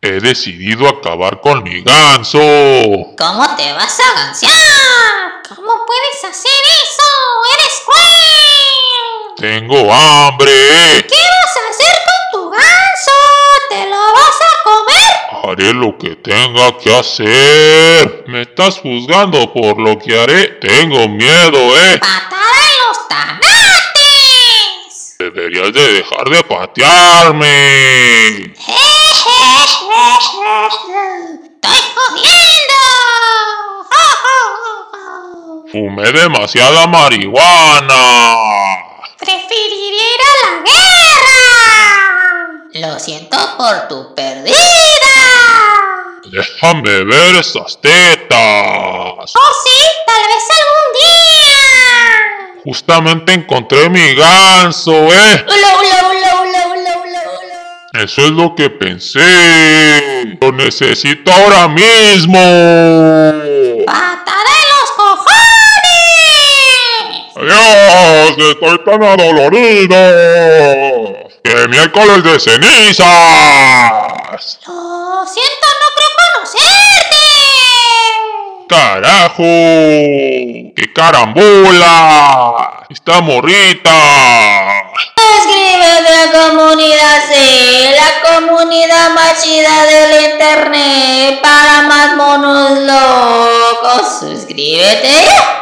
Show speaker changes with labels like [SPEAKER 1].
[SPEAKER 1] He decidido acabar con mi ganso.
[SPEAKER 2] ¿Cómo te vas a gansear? ¿Cómo puedes hacer eso? ¡Eres cruel!
[SPEAKER 1] Tengo hambre.
[SPEAKER 2] ¿Qué vas a hacer con tu ganso? ¿Te lo vas a comer?
[SPEAKER 1] Haré lo que tenga que hacer. Me estás juzgando por lo que haré. Tengo miedo, eh.
[SPEAKER 2] ¡Patada en los tanates!
[SPEAKER 1] Deberías de dejar de patearme.
[SPEAKER 2] ¡Estoy comiendo!
[SPEAKER 1] Fumé demasiada marihuana.
[SPEAKER 2] Preferiré ir a la guerra. Lo siento por tu perdida.
[SPEAKER 1] Déjame ver esas tetas.
[SPEAKER 2] Oh, sí, tal vez algún día.
[SPEAKER 1] Justamente encontré mi ganso, eh.
[SPEAKER 2] Ula, ula, ula, ula, ula, ula, ula.
[SPEAKER 1] Eso es lo que pensé. Lo necesito ahora mismo.
[SPEAKER 2] ¡Patada en los cojones!
[SPEAKER 1] Adiós, estoy tan adolorido. ¡Que miércoles de cenizas!
[SPEAKER 2] Lo siento, no creo conocerte.
[SPEAKER 1] ¡Carajo! ¡Qué carambola! ¡Está morrita!
[SPEAKER 2] Escríbete a Comunidad C, la comunidad más chida del internet. Para más monos locos, suscríbete ya.